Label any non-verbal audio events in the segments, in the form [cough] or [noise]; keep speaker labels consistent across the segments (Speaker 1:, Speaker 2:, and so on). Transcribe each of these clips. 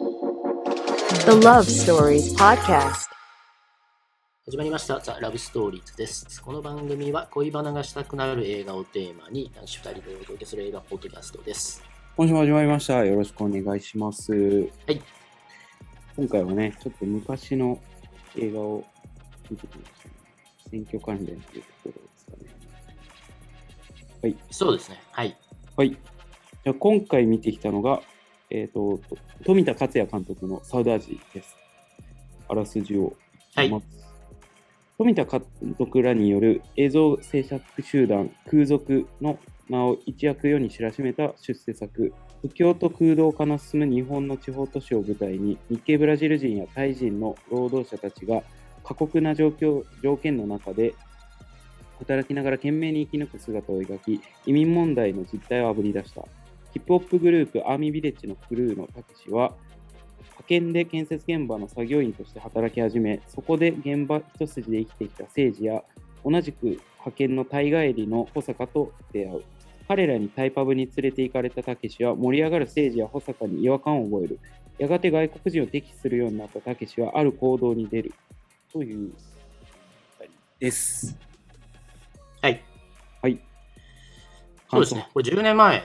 Speaker 1: The Love Stories Podcast.
Speaker 2: 始まりました「ザ・ラブストーリーズ」です。この番組は恋バナがしたくなる映画をテーマに男子2人でお届けする映画ポッドキャストです。
Speaker 3: 今週も始まりました。よろしくお願いします。
Speaker 2: はい。
Speaker 3: 今回はね、ちょっと昔の映画を見てきましたね。選挙関連というところですかね。
Speaker 2: そうですね。はい。
Speaker 3: はい。じゃあ今回見てきたのが、えっ、と、と富田克也監督のサウダージです。あらすじを
Speaker 2: はい
Speaker 3: 言います。富田監督らによる映像制作集団空賊の名を一躍世に知らしめた出世作「不況と空洞化の進む日本の地方都市」を舞台に日系ブラジル人やタイ人の労働者たちが過酷な状況条件の中で働きながら懸命に生き抜く姿を描き移民問題の実態をあぶり出したヒップホップグループアーミービレッジのクルーのタクシは派遣で建設現場の作業員として働き始めそこで現場一筋で生きてきた政治や同じく派遣の対外入りの保坂と出会う彼らにタイパブに連れて行かれたたけしは盛り上がる政治や保坂に違和感を覚えるやがて外国人を敵視するようになったたけしはある行動に出るというです
Speaker 2: はい。
Speaker 3: はい
Speaker 2: そうですね。これ10年前、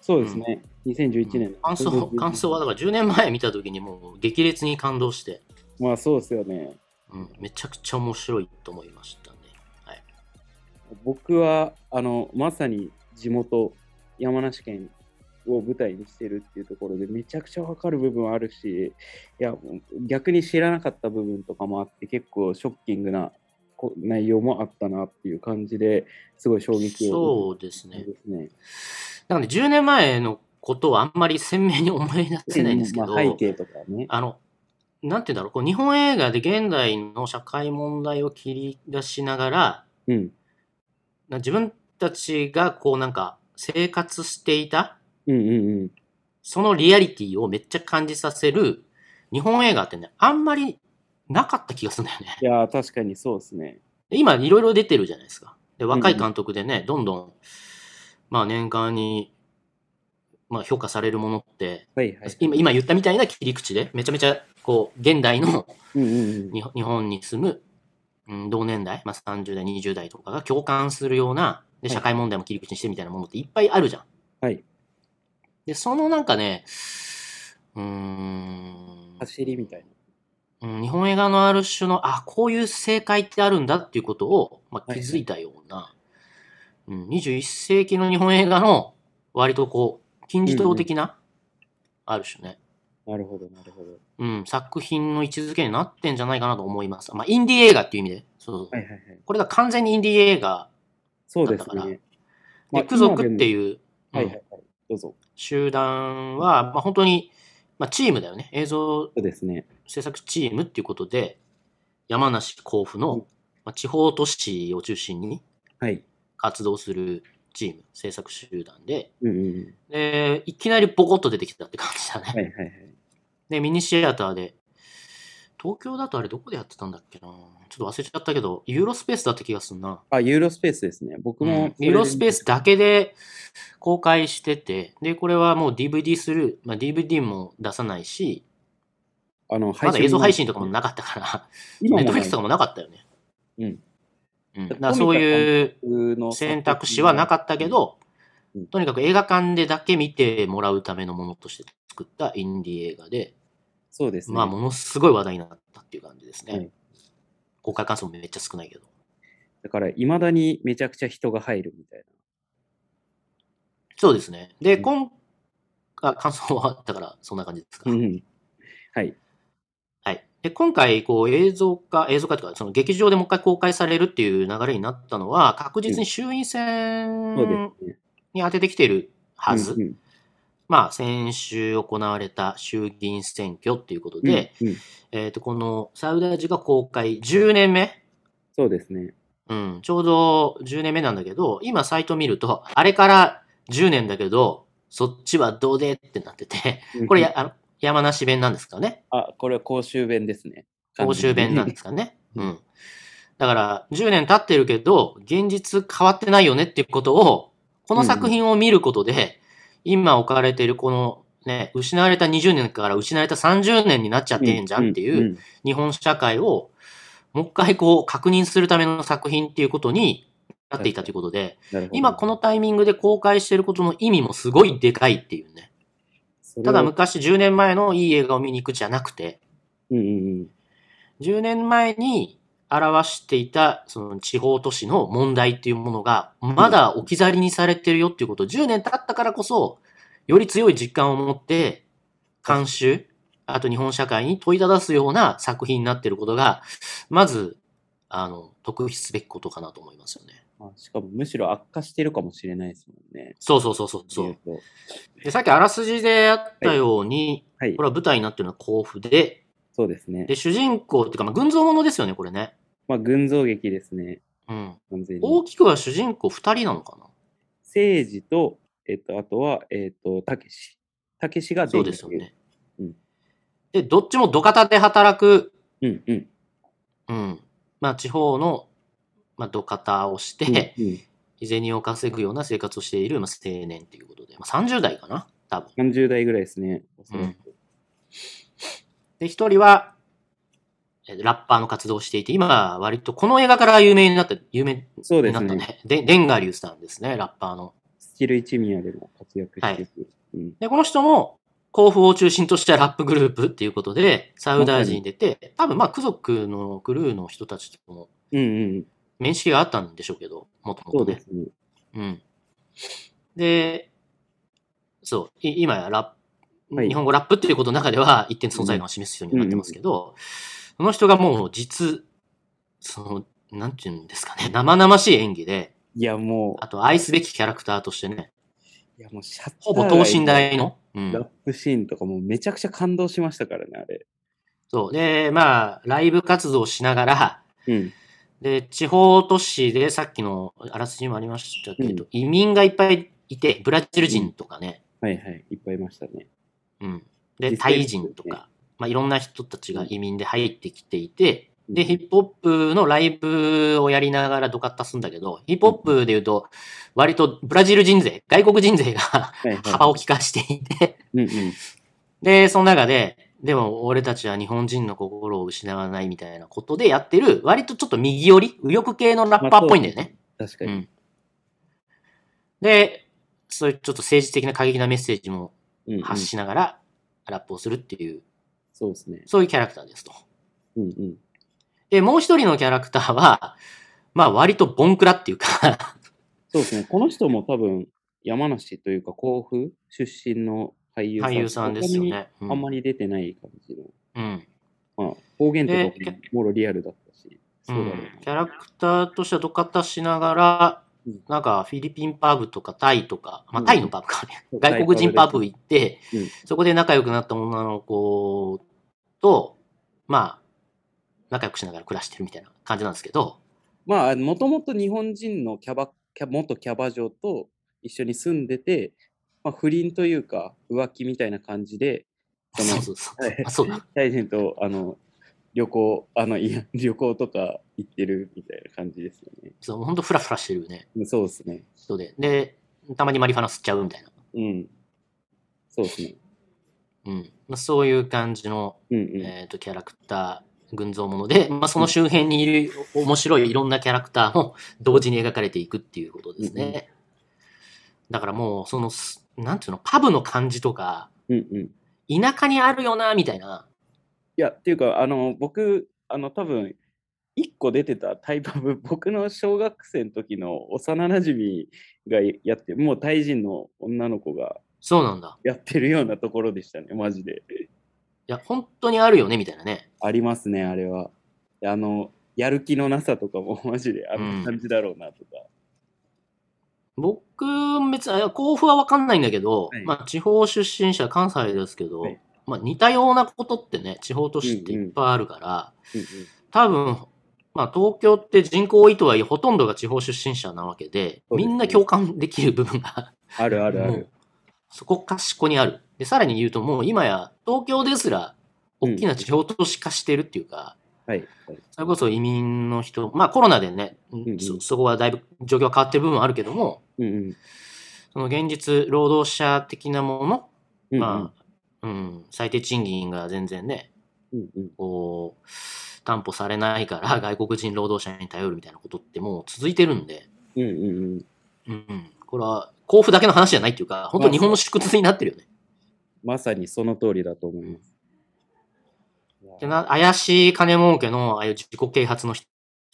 Speaker 3: そうですね、2011年
Speaker 2: 感想感想はだから10年前見た時にもう激烈に感動して、
Speaker 3: まあそうですよね
Speaker 2: うん、めちゃくちゃ面白いと思いましたね。
Speaker 3: 僕はあのまさに地元山梨県を舞台にしてるっていうところでめちゃくちゃわかる部分あるしいや逆に知らなかった部分とかもあって結構ショッキングなこ内容もあったなっていう感じですごい衝撃を
Speaker 2: そうです
Speaker 3: 受け
Speaker 2: ね
Speaker 3: た。ですね。
Speaker 2: なので10年前のことはあんまり鮮明に思い出せないんですけど、
Speaker 3: まあ、背景とかね。
Speaker 2: あの、なんて言うんだろう、こう日本映画で現代の社会問題を切り出しながら、
Speaker 3: うん。
Speaker 2: な自分たちがこうなんか生活していた、
Speaker 3: うんうんうん。
Speaker 2: そのリアリティをめっちゃ感じさせる日本映画ってね、あんまりなかった気がするんだよね。 [laughs]
Speaker 3: いやー、確かにそうですね。
Speaker 2: で今いろいろ出てるじゃないですか。で、若い
Speaker 3: うん
Speaker 2: 監督でね、どんどん、まあ年間に、まあ評価されるものって、
Speaker 3: はいはい。
Speaker 2: 今、今言ったみたいな切り口で、めちゃめちゃこう、現代の
Speaker 3: うんうんうん。
Speaker 2: に日本に住む、うん、同年代、まあ、30代20代とかが共感するようなで
Speaker 3: はい
Speaker 2: 社会問題も切り口にしてみたいなものっていっぱいあるじゃん。
Speaker 3: はい。
Speaker 2: でそのなんかねうーん
Speaker 3: 走りみたいな。
Speaker 2: うん日本映画のある種のあこういう正解ってあるんだっていうことを、まあ、
Speaker 3: はい
Speaker 2: 気づいたような、うん、21世紀の日本映画の割とこう金字塔的な、ある種ね、
Speaker 3: なるほど、なるほど。
Speaker 2: うん、作品の位置づけになってんじゃないかなと思います。まあ、インディー映画っていう意味で。そうそう
Speaker 3: はいはいはい。
Speaker 2: これが完全にインディー映画。
Speaker 3: そうです
Speaker 2: だから
Speaker 3: ね。
Speaker 2: で、クゾクって
Speaker 3: う。
Speaker 2: いう、うん
Speaker 3: はいはいはい。どうぞ。
Speaker 2: 集団は、まあ、本当に、まあ、チームだよね。映像
Speaker 3: そうですね。
Speaker 2: 制作チームっていうことで、山梨甲府
Speaker 3: うん
Speaker 2: の、まあ、地方都市を中心に
Speaker 3: はい。
Speaker 2: 活動するチーム、制作集団で、
Speaker 3: うんうんうん。
Speaker 2: で、いきなりボコッと出てきたって感じだね。
Speaker 3: はいはいはい。
Speaker 2: で、ミニシアターで、東京だとあれどこでやってたんだっけなちょっと忘れちゃったけど、ユーロスペースだった気がするな。
Speaker 3: あ、ユーロスペースですね。僕
Speaker 2: う
Speaker 3: も
Speaker 2: ん。ユーロスペー
Speaker 3: ス。
Speaker 2: スだけで公開してて、で、これはもう DVD する、まあ、DVD も出さないし、
Speaker 3: あの、
Speaker 2: まだ映像配信とかも
Speaker 3: な
Speaker 2: なかったから、
Speaker 3: 今
Speaker 2: ネッ
Speaker 3: も
Speaker 2: トフ
Speaker 3: な
Speaker 2: リッ
Speaker 3: い
Speaker 2: クスとかもなかったよね。
Speaker 3: うん。
Speaker 2: うん、だからそういう
Speaker 3: の
Speaker 2: 選択肢はなかったけど
Speaker 3: うん、
Speaker 2: とにかく映画館でだけ見てもらうためのものとして作ったインディー映画で、
Speaker 3: そうですね。
Speaker 2: まあ、ものすごい話題になったっていう感じですね。
Speaker 3: はい
Speaker 2: 公開感想もめっちゃ少ないけど。
Speaker 3: だから、いまだにめちゃくちゃ人が入るみたいな。
Speaker 2: そうですね。で、
Speaker 3: うん
Speaker 2: 今、あ感想は、だから、そんな感じですか。
Speaker 3: うん。はい。
Speaker 2: はい。で、今回、こう、映像化、映像化というか、その劇場でもう一回公開されるっていう流れになったのは、確実に衆院
Speaker 3: そう
Speaker 2: 選
Speaker 3: ですね。
Speaker 2: に当ててきてるはず。
Speaker 3: うんうん
Speaker 2: まあ、先週行われた衆議院選挙っていうこと
Speaker 3: うん
Speaker 2: で、
Speaker 3: うん
Speaker 2: えっ、と、このサウダージが公開10年目
Speaker 3: そうですね。
Speaker 2: うん、ちょうど10年目なんだけど、今サイト見ると、あれから10年だけど、そっちはどうでってなってて、これや、あの山梨弁なんですかね。
Speaker 3: あ、これは公衆弁ですね。
Speaker 2: 公衆弁なん
Speaker 3: 完全
Speaker 2: で
Speaker 3: に。
Speaker 2: すかね。[laughs]
Speaker 3: う
Speaker 2: うんん。だから、10年経ってるけど、現実変わってないよねっていうことを、この作品を見ることで、今置かれているこのね、失われた20年から失われた30年になっちゃってんじゃんっていう日本社会をもう一回こう確認するための作品っていうことになっていたということで、今こ
Speaker 3: の、
Speaker 2: のタイミングで公開してることの意味もすごいでかいっていうね。
Speaker 3: それ
Speaker 2: た
Speaker 3: は
Speaker 2: だ、昔10年前のいい映画を見に行くじゃなくて、
Speaker 3: うんうん
Speaker 2: 10年前に表していたその地方都市の問題っていうものがまだ置き去りにされてるよっていうことを10年経ったからこそより強い実感を持って監修あと日本社会に問いただすような作品になってることがまずあの特筆すべきことかなと思いますよね。
Speaker 3: うんあしかも、むしろ悪化してるかもしれないですもんね。
Speaker 2: そうそうそうそうそう
Speaker 3: 言と
Speaker 2: でさっきあらすじであったように、
Speaker 3: はい
Speaker 2: こ、れは舞台になってるのは甲府で
Speaker 3: そうですね
Speaker 2: で。主人公っていうか、まあ、群像ものですよねこれね。
Speaker 3: まあ、群像劇ですね。
Speaker 2: うん、
Speaker 3: 完全に。
Speaker 2: 大きくは主人公2人なのかな
Speaker 3: 政治と、えっと、あとは、えっと、たけし。たけしが
Speaker 2: そ
Speaker 3: 出
Speaker 2: う
Speaker 3: て
Speaker 2: ですよね。
Speaker 3: うん
Speaker 2: で、どっちも土方で働く、
Speaker 3: うんうん。
Speaker 2: うん。まあ、地方の、まあ、土方をして、
Speaker 3: うんうん
Speaker 2: 日銭を稼ぐような生活をしている、まあ、青年ということで、まあ、30代かな、多分。
Speaker 3: 30代ぐらいですね。おそらく
Speaker 2: で、一人は、えラッパーの活動をしていて、今、割とこの映画から有名になった、有名
Speaker 3: そうで
Speaker 2: に
Speaker 3: す
Speaker 2: なった
Speaker 3: ね。
Speaker 2: ね。で、デンガリュウさんですね、ラッパーの。
Speaker 3: スキル一宮でも活躍している。うん
Speaker 2: で、この人も、甲府を中心としたラップグループっていうことで、サウダージに出て、多分まあ、ク族のグルーの人たちとも
Speaker 3: うんうん。
Speaker 2: 面識があったんでしょうけど、もと
Speaker 3: そ
Speaker 2: も
Speaker 3: う
Speaker 2: と
Speaker 3: で
Speaker 2: ね。
Speaker 3: すね。
Speaker 2: うん。で、そう、い今やラップ、
Speaker 3: はい
Speaker 2: 日本語ラップっていうことの中では一点存在感を示すようになってますけど、その人がもう実、その、なんていうんですかね、生々しい演技で、
Speaker 3: いやも
Speaker 2: あと愛すべきキャラクターとしてね、
Speaker 3: う、いやもうシャッター
Speaker 2: ほぼ等身大の、う
Speaker 3: ラッ
Speaker 2: ん。
Speaker 3: プシーンとかもうめちゃくちゃ感動しましたからね、あれ。
Speaker 2: そう。で、まあ、ライブ活動をしながら、
Speaker 3: うん。
Speaker 2: で、地方都市でさっきのあらすじにもありましたけど、移民がいっぱいいて、ブラジル人とかね、
Speaker 3: はいはい。いっぱいいましたね。
Speaker 2: うん。で、
Speaker 3: 実際
Speaker 2: タイ人と
Speaker 3: そうで
Speaker 2: か、まあ、いろんな人たちが移民で入ってきていて、
Speaker 3: うん
Speaker 2: で、ヒップホップのライブをやりながらドカッタすんだけど、ヒップホップで言うと、割とブラジル人勢、外国人勢が [laughs]
Speaker 3: はいはい。
Speaker 2: 幅を利かしていて、
Speaker 3: うんうん。
Speaker 2: で、その中で、でも俺たちは日本人の心を失わないみたいなことでやってる、割とちょっと右寄り、右翼系のラッパーっぽいんだよね。
Speaker 3: 確か
Speaker 2: う
Speaker 3: に。
Speaker 2: ん。で、そういうちょっと政治的な過激なメッセージも
Speaker 3: うんうん
Speaker 2: 発しながらラップをするっていう、
Speaker 3: そうですね。
Speaker 2: そういうキャラクターですと。
Speaker 3: うんうん。
Speaker 2: で、もう一人のキャラクターは、まあ割とボンクラっていうか、
Speaker 3: そうですね。この人も多分、山梨というか甲府出身の俳優さん。
Speaker 2: 俳優さんですよね。う
Speaker 3: 他にあんま
Speaker 2: ん。
Speaker 3: り出てない感じの。
Speaker 2: うん
Speaker 3: まあ、方言とかも
Speaker 2: でけ
Speaker 3: もろリアルだったし。そう
Speaker 2: う
Speaker 3: だろうな。
Speaker 2: んキャラクターとしてはどかたしながら
Speaker 3: うん、
Speaker 2: なんかフィリピンパブとかタイとか、まあ
Speaker 3: うん
Speaker 2: タイのパブかね、
Speaker 3: そう
Speaker 2: 外国人パブ行って、
Speaker 3: うん
Speaker 2: そこで仲良くなった女の子と、まあ、仲良くしながら暮らしてるみたいな感じなんですけど、
Speaker 3: まあ、もともと日本人のキャバキャ元キャバ嬢と一緒に住んでて、まあ、不倫というか浮気みたいな感じで、そ
Speaker 2: そう
Speaker 3: の
Speaker 2: そうそう
Speaker 3: はい。
Speaker 2: あそうだ。
Speaker 3: 大臣とあの旅行あのいや旅行とか行ってるみたいな感じですよ
Speaker 2: そう、ほんとフラフラしてるね。
Speaker 3: ね。そうですね。
Speaker 2: 人で。で、たまにマリファナ吸っちゃうみたいな。
Speaker 3: うん。そうですね。
Speaker 2: うん。まあ、そういう感じの、
Speaker 3: うんうん。
Speaker 2: えっ、と、キャラクター、群像もので、まあ、その周辺にいる面白いいろんなキャラクターも同時に描かれていくっていうことですね。だからもう、その、すなんていうの、パブの感じとか、
Speaker 3: うんうん。い
Speaker 2: 田舎にあるよな、みたいな。
Speaker 3: や、っていうか、あの、僕、あの、多分一個出てたタイパブ、 [laughs] 僕の小学生の時の幼なじみがやって、もうタイ人の女の子が
Speaker 2: そうなんだ。
Speaker 3: やってるようなところでしたね、マジで。
Speaker 2: いや、本当にあるよね、みたいなね。
Speaker 3: ありますね、あれは。あの、やる気のなさとかも、 [laughs] マジで、あ
Speaker 2: うん
Speaker 3: の感じだろうなとか。
Speaker 2: 僕、別に、あ甲府はわかんないんだけど、
Speaker 3: はい
Speaker 2: まあ、地方出身者、関西ですけど、
Speaker 3: はい
Speaker 2: まあ、似たようなことってね、地方都市っていっぱいあるから、
Speaker 3: うんうん
Speaker 2: 多分、まあ、東京って人口多いとはいえ、ほとんどが地方出身者なわけで、
Speaker 3: そうで
Speaker 2: み
Speaker 3: すね
Speaker 2: んな共感できる部分が、
Speaker 3: あるあるあ
Speaker 2: も
Speaker 3: る
Speaker 2: う。そこかしこにある。で、さらに言うと、もう今や、東京ですら、大きな地方都市化してるっていうか、
Speaker 3: はい。はい
Speaker 2: それこそ移民の人、まあコロナでね、
Speaker 3: ん
Speaker 2: そそこはだいぶ状況は変わってる部分はあるけども、
Speaker 3: うんうん
Speaker 2: その現実、労働者的なもの、
Speaker 3: うん
Speaker 2: まあ、うん、最低賃金が全然ね、
Speaker 3: うんうん
Speaker 2: こう、担保されないから [laughs] 外国人労働者に頼るみたいなことってもう続いてるんで、
Speaker 3: うんうんうん。
Speaker 2: うんうん、これは甲府だけの話じゃないっていうか、本当日本の縮図になってるよね。
Speaker 3: まさにその通りだと思います。
Speaker 2: でな怪しい金儲けのああいう自己啓発の人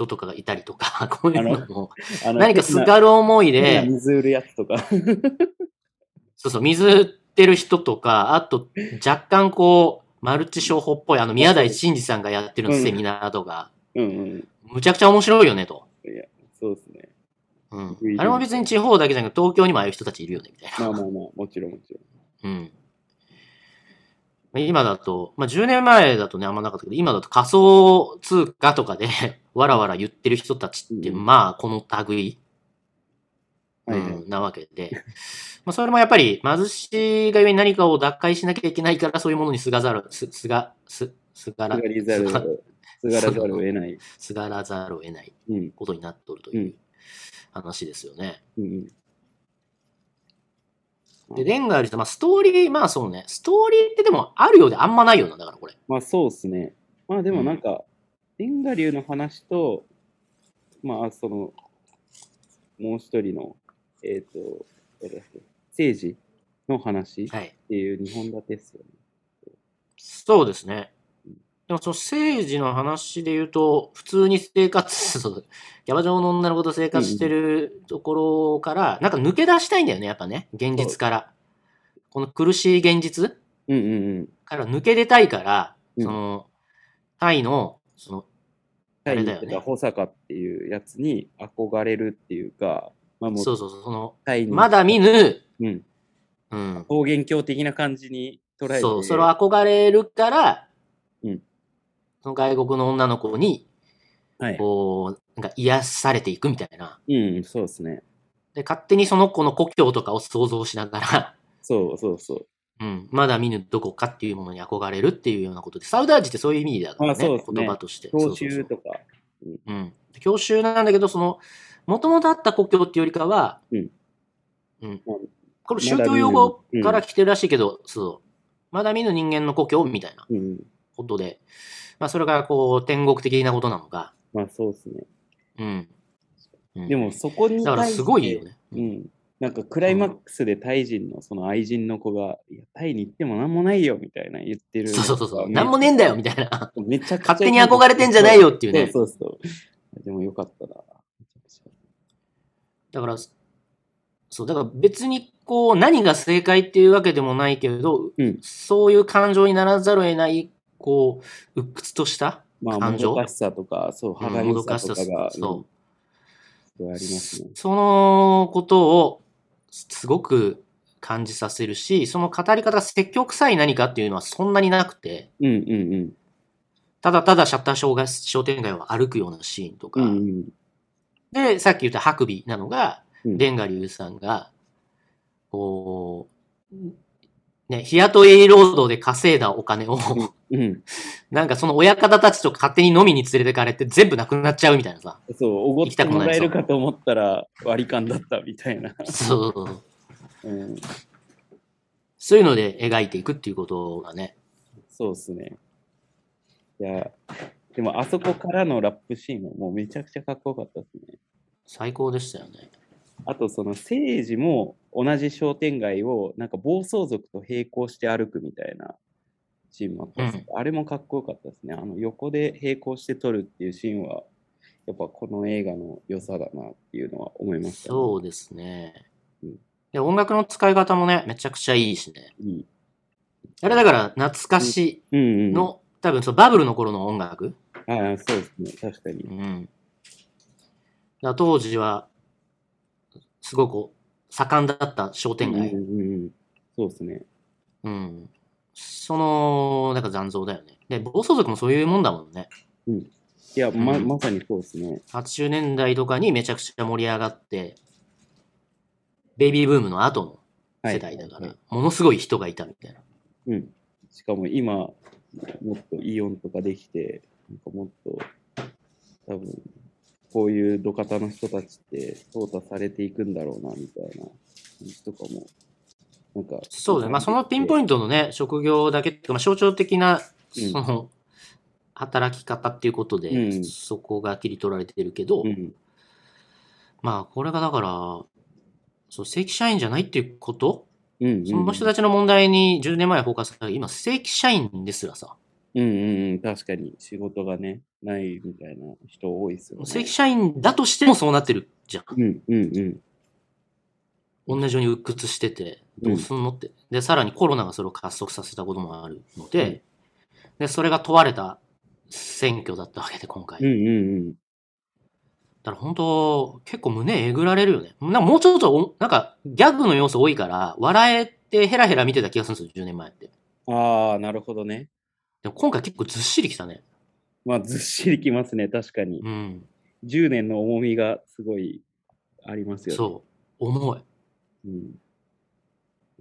Speaker 2: とかがいたりとか、 [laughs] こういうのも、
Speaker 3: あの
Speaker 2: 何かすがる思い
Speaker 3: 変な
Speaker 2: で、
Speaker 3: 水売るやつとか。 [laughs]
Speaker 2: そうそう、水売ってる人とか、あと、若干こう、マルチ商法っぽい、あの、宮台真司さんがやってる
Speaker 3: うん
Speaker 2: セミナーとか、
Speaker 3: うんうん。
Speaker 2: むちゃくちゃ面白いよね、と。
Speaker 3: そうですね。
Speaker 2: うん
Speaker 3: うん。
Speaker 2: あれも別に地方だけじゃなくて、東京にもああいう人たちいるよね、みたい
Speaker 3: まあまあまあ、もちろんもちろん。
Speaker 2: な。うん。今だと、まあ、10年前だとね、あんまなかったけど、今だと仮想通貨とかで、 [laughs] わらわら言ってる人たちって、
Speaker 3: うん
Speaker 2: まあ、この類、
Speaker 3: は
Speaker 2: う
Speaker 3: いはい。
Speaker 2: ん、なわけで。まあ、それもやっぱり貧しいがゆえに何かを脱会しなきゃいけないから、そういうものにすがざる、す、すが、す、すがら、
Speaker 3: すがりざるを、すがらざるを得ない。
Speaker 2: すがらざるを得ない
Speaker 3: うん。
Speaker 2: ことになっとると
Speaker 3: う
Speaker 2: いうん話ですよね。
Speaker 3: うんうん。
Speaker 2: で、レンガよりと、まあ、ストーリー、まあそうね、ストーリーってでもあるようであんまないようなんだから、これ。
Speaker 3: まあそうですね。まあでもなんか、レンガ流の話と、まあその、もう一人の、えっ、と、誰だっけ、政治の話っ
Speaker 2: はい。
Speaker 3: ていう日本立てっすよね。
Speaker 2: そうですね。でも、その政治の話で言うと、普通に生活、 [laughs] そうキャバ嬢の女の子と生活してるところから、なんか抜け出したいんだよね、やっぱね、現実から。この苦しい現実
Speaker 3: うんうんうん。
Speaker 2: から抜け出たいから、
Speaker 3: うん
Speaker 2: その、タイの、その、あ
Speaker 3: タイ
Speaker 2: れ
Speaker 3: に
Speaker 2: だ
Speaker 3: 行っ
Speaker 2: よね
Speaker 3: てた保坂っていうやつに憧れるっていうか、まあも
Speaker 2: そう
Speaker 3: う
Speaker 2: そうそう、その、
Speaker 3: タイに、
Speaker 2: まだ見ぬ、
Speaker 3: うん、
Speaker 2: うん、
Speaker 3: 桃源郷的な感じに捉えて、
Speaker 2: そう、それを憧れるから、
Speaker 3: うん
Speaker 2: その外国の女の子に、
Speaker 3: はい、
Speaker 2: こう、なんか癒されていくみたいな。
Speaker 3: うん、そうですね。
Speaker 2: で、勝手にその子の故郷とかを想像しながら、 [laughs]
Speaker 3: そうそうそう。
Speaker 2: うん、まだ見ぬどこかっていうものに憧れるっていうようなことで、サウダージってそういう意味だから
Speaker 3: あそう
Speaker 2: ね
Speaker 3: で、すね
Speaker 2: 言葉として。
Speaker 3: 教習
Speaker 2: そうそう
Speaker 3: とか、
Speaker 2: そううん。教習なんだけど、その、もともとあった故郷っていうよりかは、
Speaker 3: うん
Speaker 2: うん
Speaker 3: うん
Speaker 2: これ宗教用語
Speaker 3: まだ見ぬ
Speaker 2: から来てるらしいけど、そう。まだ見ぬ人間の故郷みたいな。
Speaker 3: うん、
Speaker 2: ことで、まあ、それがこう天国的なことなのか、
Speaker 3: まあそうですね。
Speaker 2: うん。うん
Speaker 3: でも、そこに
Speaker 2: だから
Speaker 3: 対して
Speaker 2: すごいよね。
Speaker 3: うん、なんかクライマックスでタイ人のその愛人の子が、いやタイに行ってもなんもないよみたいな言ってる。
Speaker 2: そうそうそうそう、
Speaker 3: め
Speaker 2: なんもねえんだよみたいな。
Speaker 3: めちゃくちゃ
Speaker 2: 勝手に憧れてんじゃないよっていうね
Speaker 3: そうそうそう。でもよかったな。めちゃくちゃ
Speaker 2: だから、そう、だから別にこう何が正解っていうわけでもないけれど、
Speaker 3: うん
Speaker 2: そういう感情にならざるを得ない、こう、鬱屈とした、
Speaker 3: まあ、
Speaker 2: 感
Speaker 3: も
Speaker 2: 情
Speaker 3: どかしさとか、そう、
Speaker 2: う
Speaker 3: 歯
Speaker 2: ん
Speaker 3: が
Speaker 2: も
Speaker 3: ゆ
Speaker 2: どかし
Speaker 3: さと
Speaker 2: さ、
Speaker 3: かが、うん
Speaker 2: そ
Speaker 3: すごい
Speaker 2: う、
Speaker 3: ありますね。
Speaker 2: そのことをすごく感じさせるし、その語り方が説教臭い何かっていうのはそんなになくて、
Speaker 3: うんうんうん。
Speaker 2: ただただシャッター商が商店街を歩くようなシーンとか、
Speaker 3: うんうん、
Speaker 2: で、さっき言ったハクビなのが、
Speaker 3: うん
Speaker 2: レンガ流さんが、こう、ね、日雇い労働で稼いだお金を、
Speaker 3: うん、
Speaker 2: [laughs] なんかその親方たちと勝手に飲みに連れてかれて全部なくなっちゃうみたいなさ。
Speaker 3: そう、おごっ
Speaker 2: 行きた
Speaker 3: て
Speaker 2: くな
Speaker 3: も
Speaker 2: い
Speaker 3: らえるかと思ったら割り勘だったみたいな。
Speaker 2: そうそうそう。
Speaker 3: うん、
Speaker 2: そういうので描いていくっていうことがね。
Speaker 3: そうですね。いや、でもあそこからのラップシーンももうめちゃくちゃかっこよかったですね。
Speaker 2: 最高でしたよね。
Speaker 3: あとその政治も同じ商店街をなんか暴走族と並行して歩くみたいなシーンもあったんですけどあれもかっこよかったですね。あの横で並行して撮るっていうシーンはやっぱこの映画の良さだなっていうのは思いました、ね。
Speaker 2: そうですね
Speaker 3: うん。
Speaker 2: で、音楽の使い方もね、めちゃくちゃいいしね。
Speaker 3: いい
Speaker 2: あれだから懐かし
Speaker 3: うんうん。
Speaker 2: の、多分そのバブルの頃の音楽。
Speaker 3: ああ、そうですね。確かに
Speaker 2: う。ん。だから当時は、すごく盛んだった商店
Speaker 3: う
Speaker 2: 街。
Speaker 3: んうんうん、そうですね。
Speaker 2: うん。その、なんか残像だよね。で、暴走族もそういうもんだもんね。
Speaker 3: いや、ま
Speaker 2: うん
Speaker 3: まさにそうですね。
Speaker 2: 80年代とかにめちゃくちゃ盛り上がって、ベイビーブームの後の
Speaker 3: はい
Speaker 2: 世代だから、ものすごい人がいたみたいな。
Speaker 3: うん、しかも今、もっとイオンとかできて、なんかもっと、多分こういう土方の人たちって、淘汰されていくんだろうな、みたいな感じとかも、なんか、
Speaker 2: そうですね。まあ、そのピンポイ
Speaker 3: ン
Speaker 2: ントのね、職業だけっていうか、まあ、象徴的な、
Speaker 3: うん
Speaker 2: その、働き方っていうことで、
Speaker 3: うん
Speaker 2: そこが切り取られてるけど、
Speaker 3: うん、
Speaker 2: まあ、これがだから、そう、正規社員じゃないっていうこと
Speaker 3: うんうん、
Speaker 2: その人たちの問題に10年前はフォーカスされたけど今、正規社員ですらさ、
Speaker 3: うんうんうん、確かに仕事がね、ないみたいな人多いですよね。
Speaker 2: 正規社員だとしてもそうなってるじゃん。
Speaker 3: うんうんうん。
Speaker 2: 同じように鬱屈してて、どうすんのって。で、さらにコロナがそれを加速させたこともあるので、で、それが問われた選挙だったわけで、今回。
Speaker 3: うんうん
Speaker 2: だから本当、結構胸えぐられるよね。なんかもうちょっとお、なんかギャグの要素多いから、笑えてヘラヘラ見てた気がするんですよ、10年前って。
Speaker 3: うん。ああ、なるほどね。
Speaker 2: でも今回結構ずっしりきたね。
Speaker 3: まあ、ずっしりきますね、確かに
Speaker 2: う。ん。
Speaker 3: 10年の重みがすごいありますよね。
Speaker 2: そう。重い。
Speaker 3: うん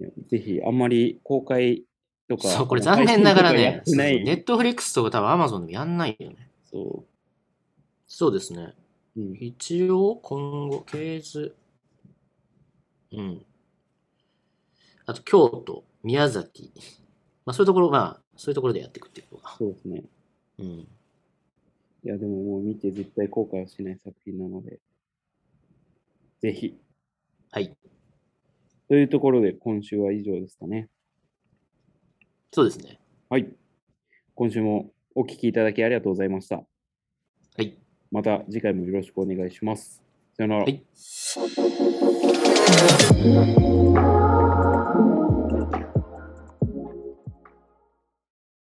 Speaker 3: いやぜひ、あんまり公開とか。
Speaker 2: そう、これ残念ながら
Speaker 3: 配信とかや
Speaker 2: ね
Speaker 3: っ、てな
Speaker 2: ネ
Speaker 3: い。
Speaker 2: ットフリックスとか多分アマゾンでもやんないよね。
Speaker 3: そ
Speaker 2: そうですね。
Speaker 3: う。うん、
Speaker 2: 一応、今後、ケーズ。うん。あと、京都、宮崎。まあ、そういうところ、まあ、そういうところでやっていくっていうことか。
Speaker 3: そうですね。
Speaker 2: うん。
Speaker 3: いや、でももう見て絶対後悔はしない作品なので、ぜひ。
Speaker 2: はい。
Speaker 3: というところで、今週は以上ですかね。
Speaker 2: そうですね。
Speaker 3: はい。今週もお聞きいただきありがとうございました。
Speaker 2: はい。
Speaker 3: また次回もよろしくお願いします。さよなら。
Speaker 2: はい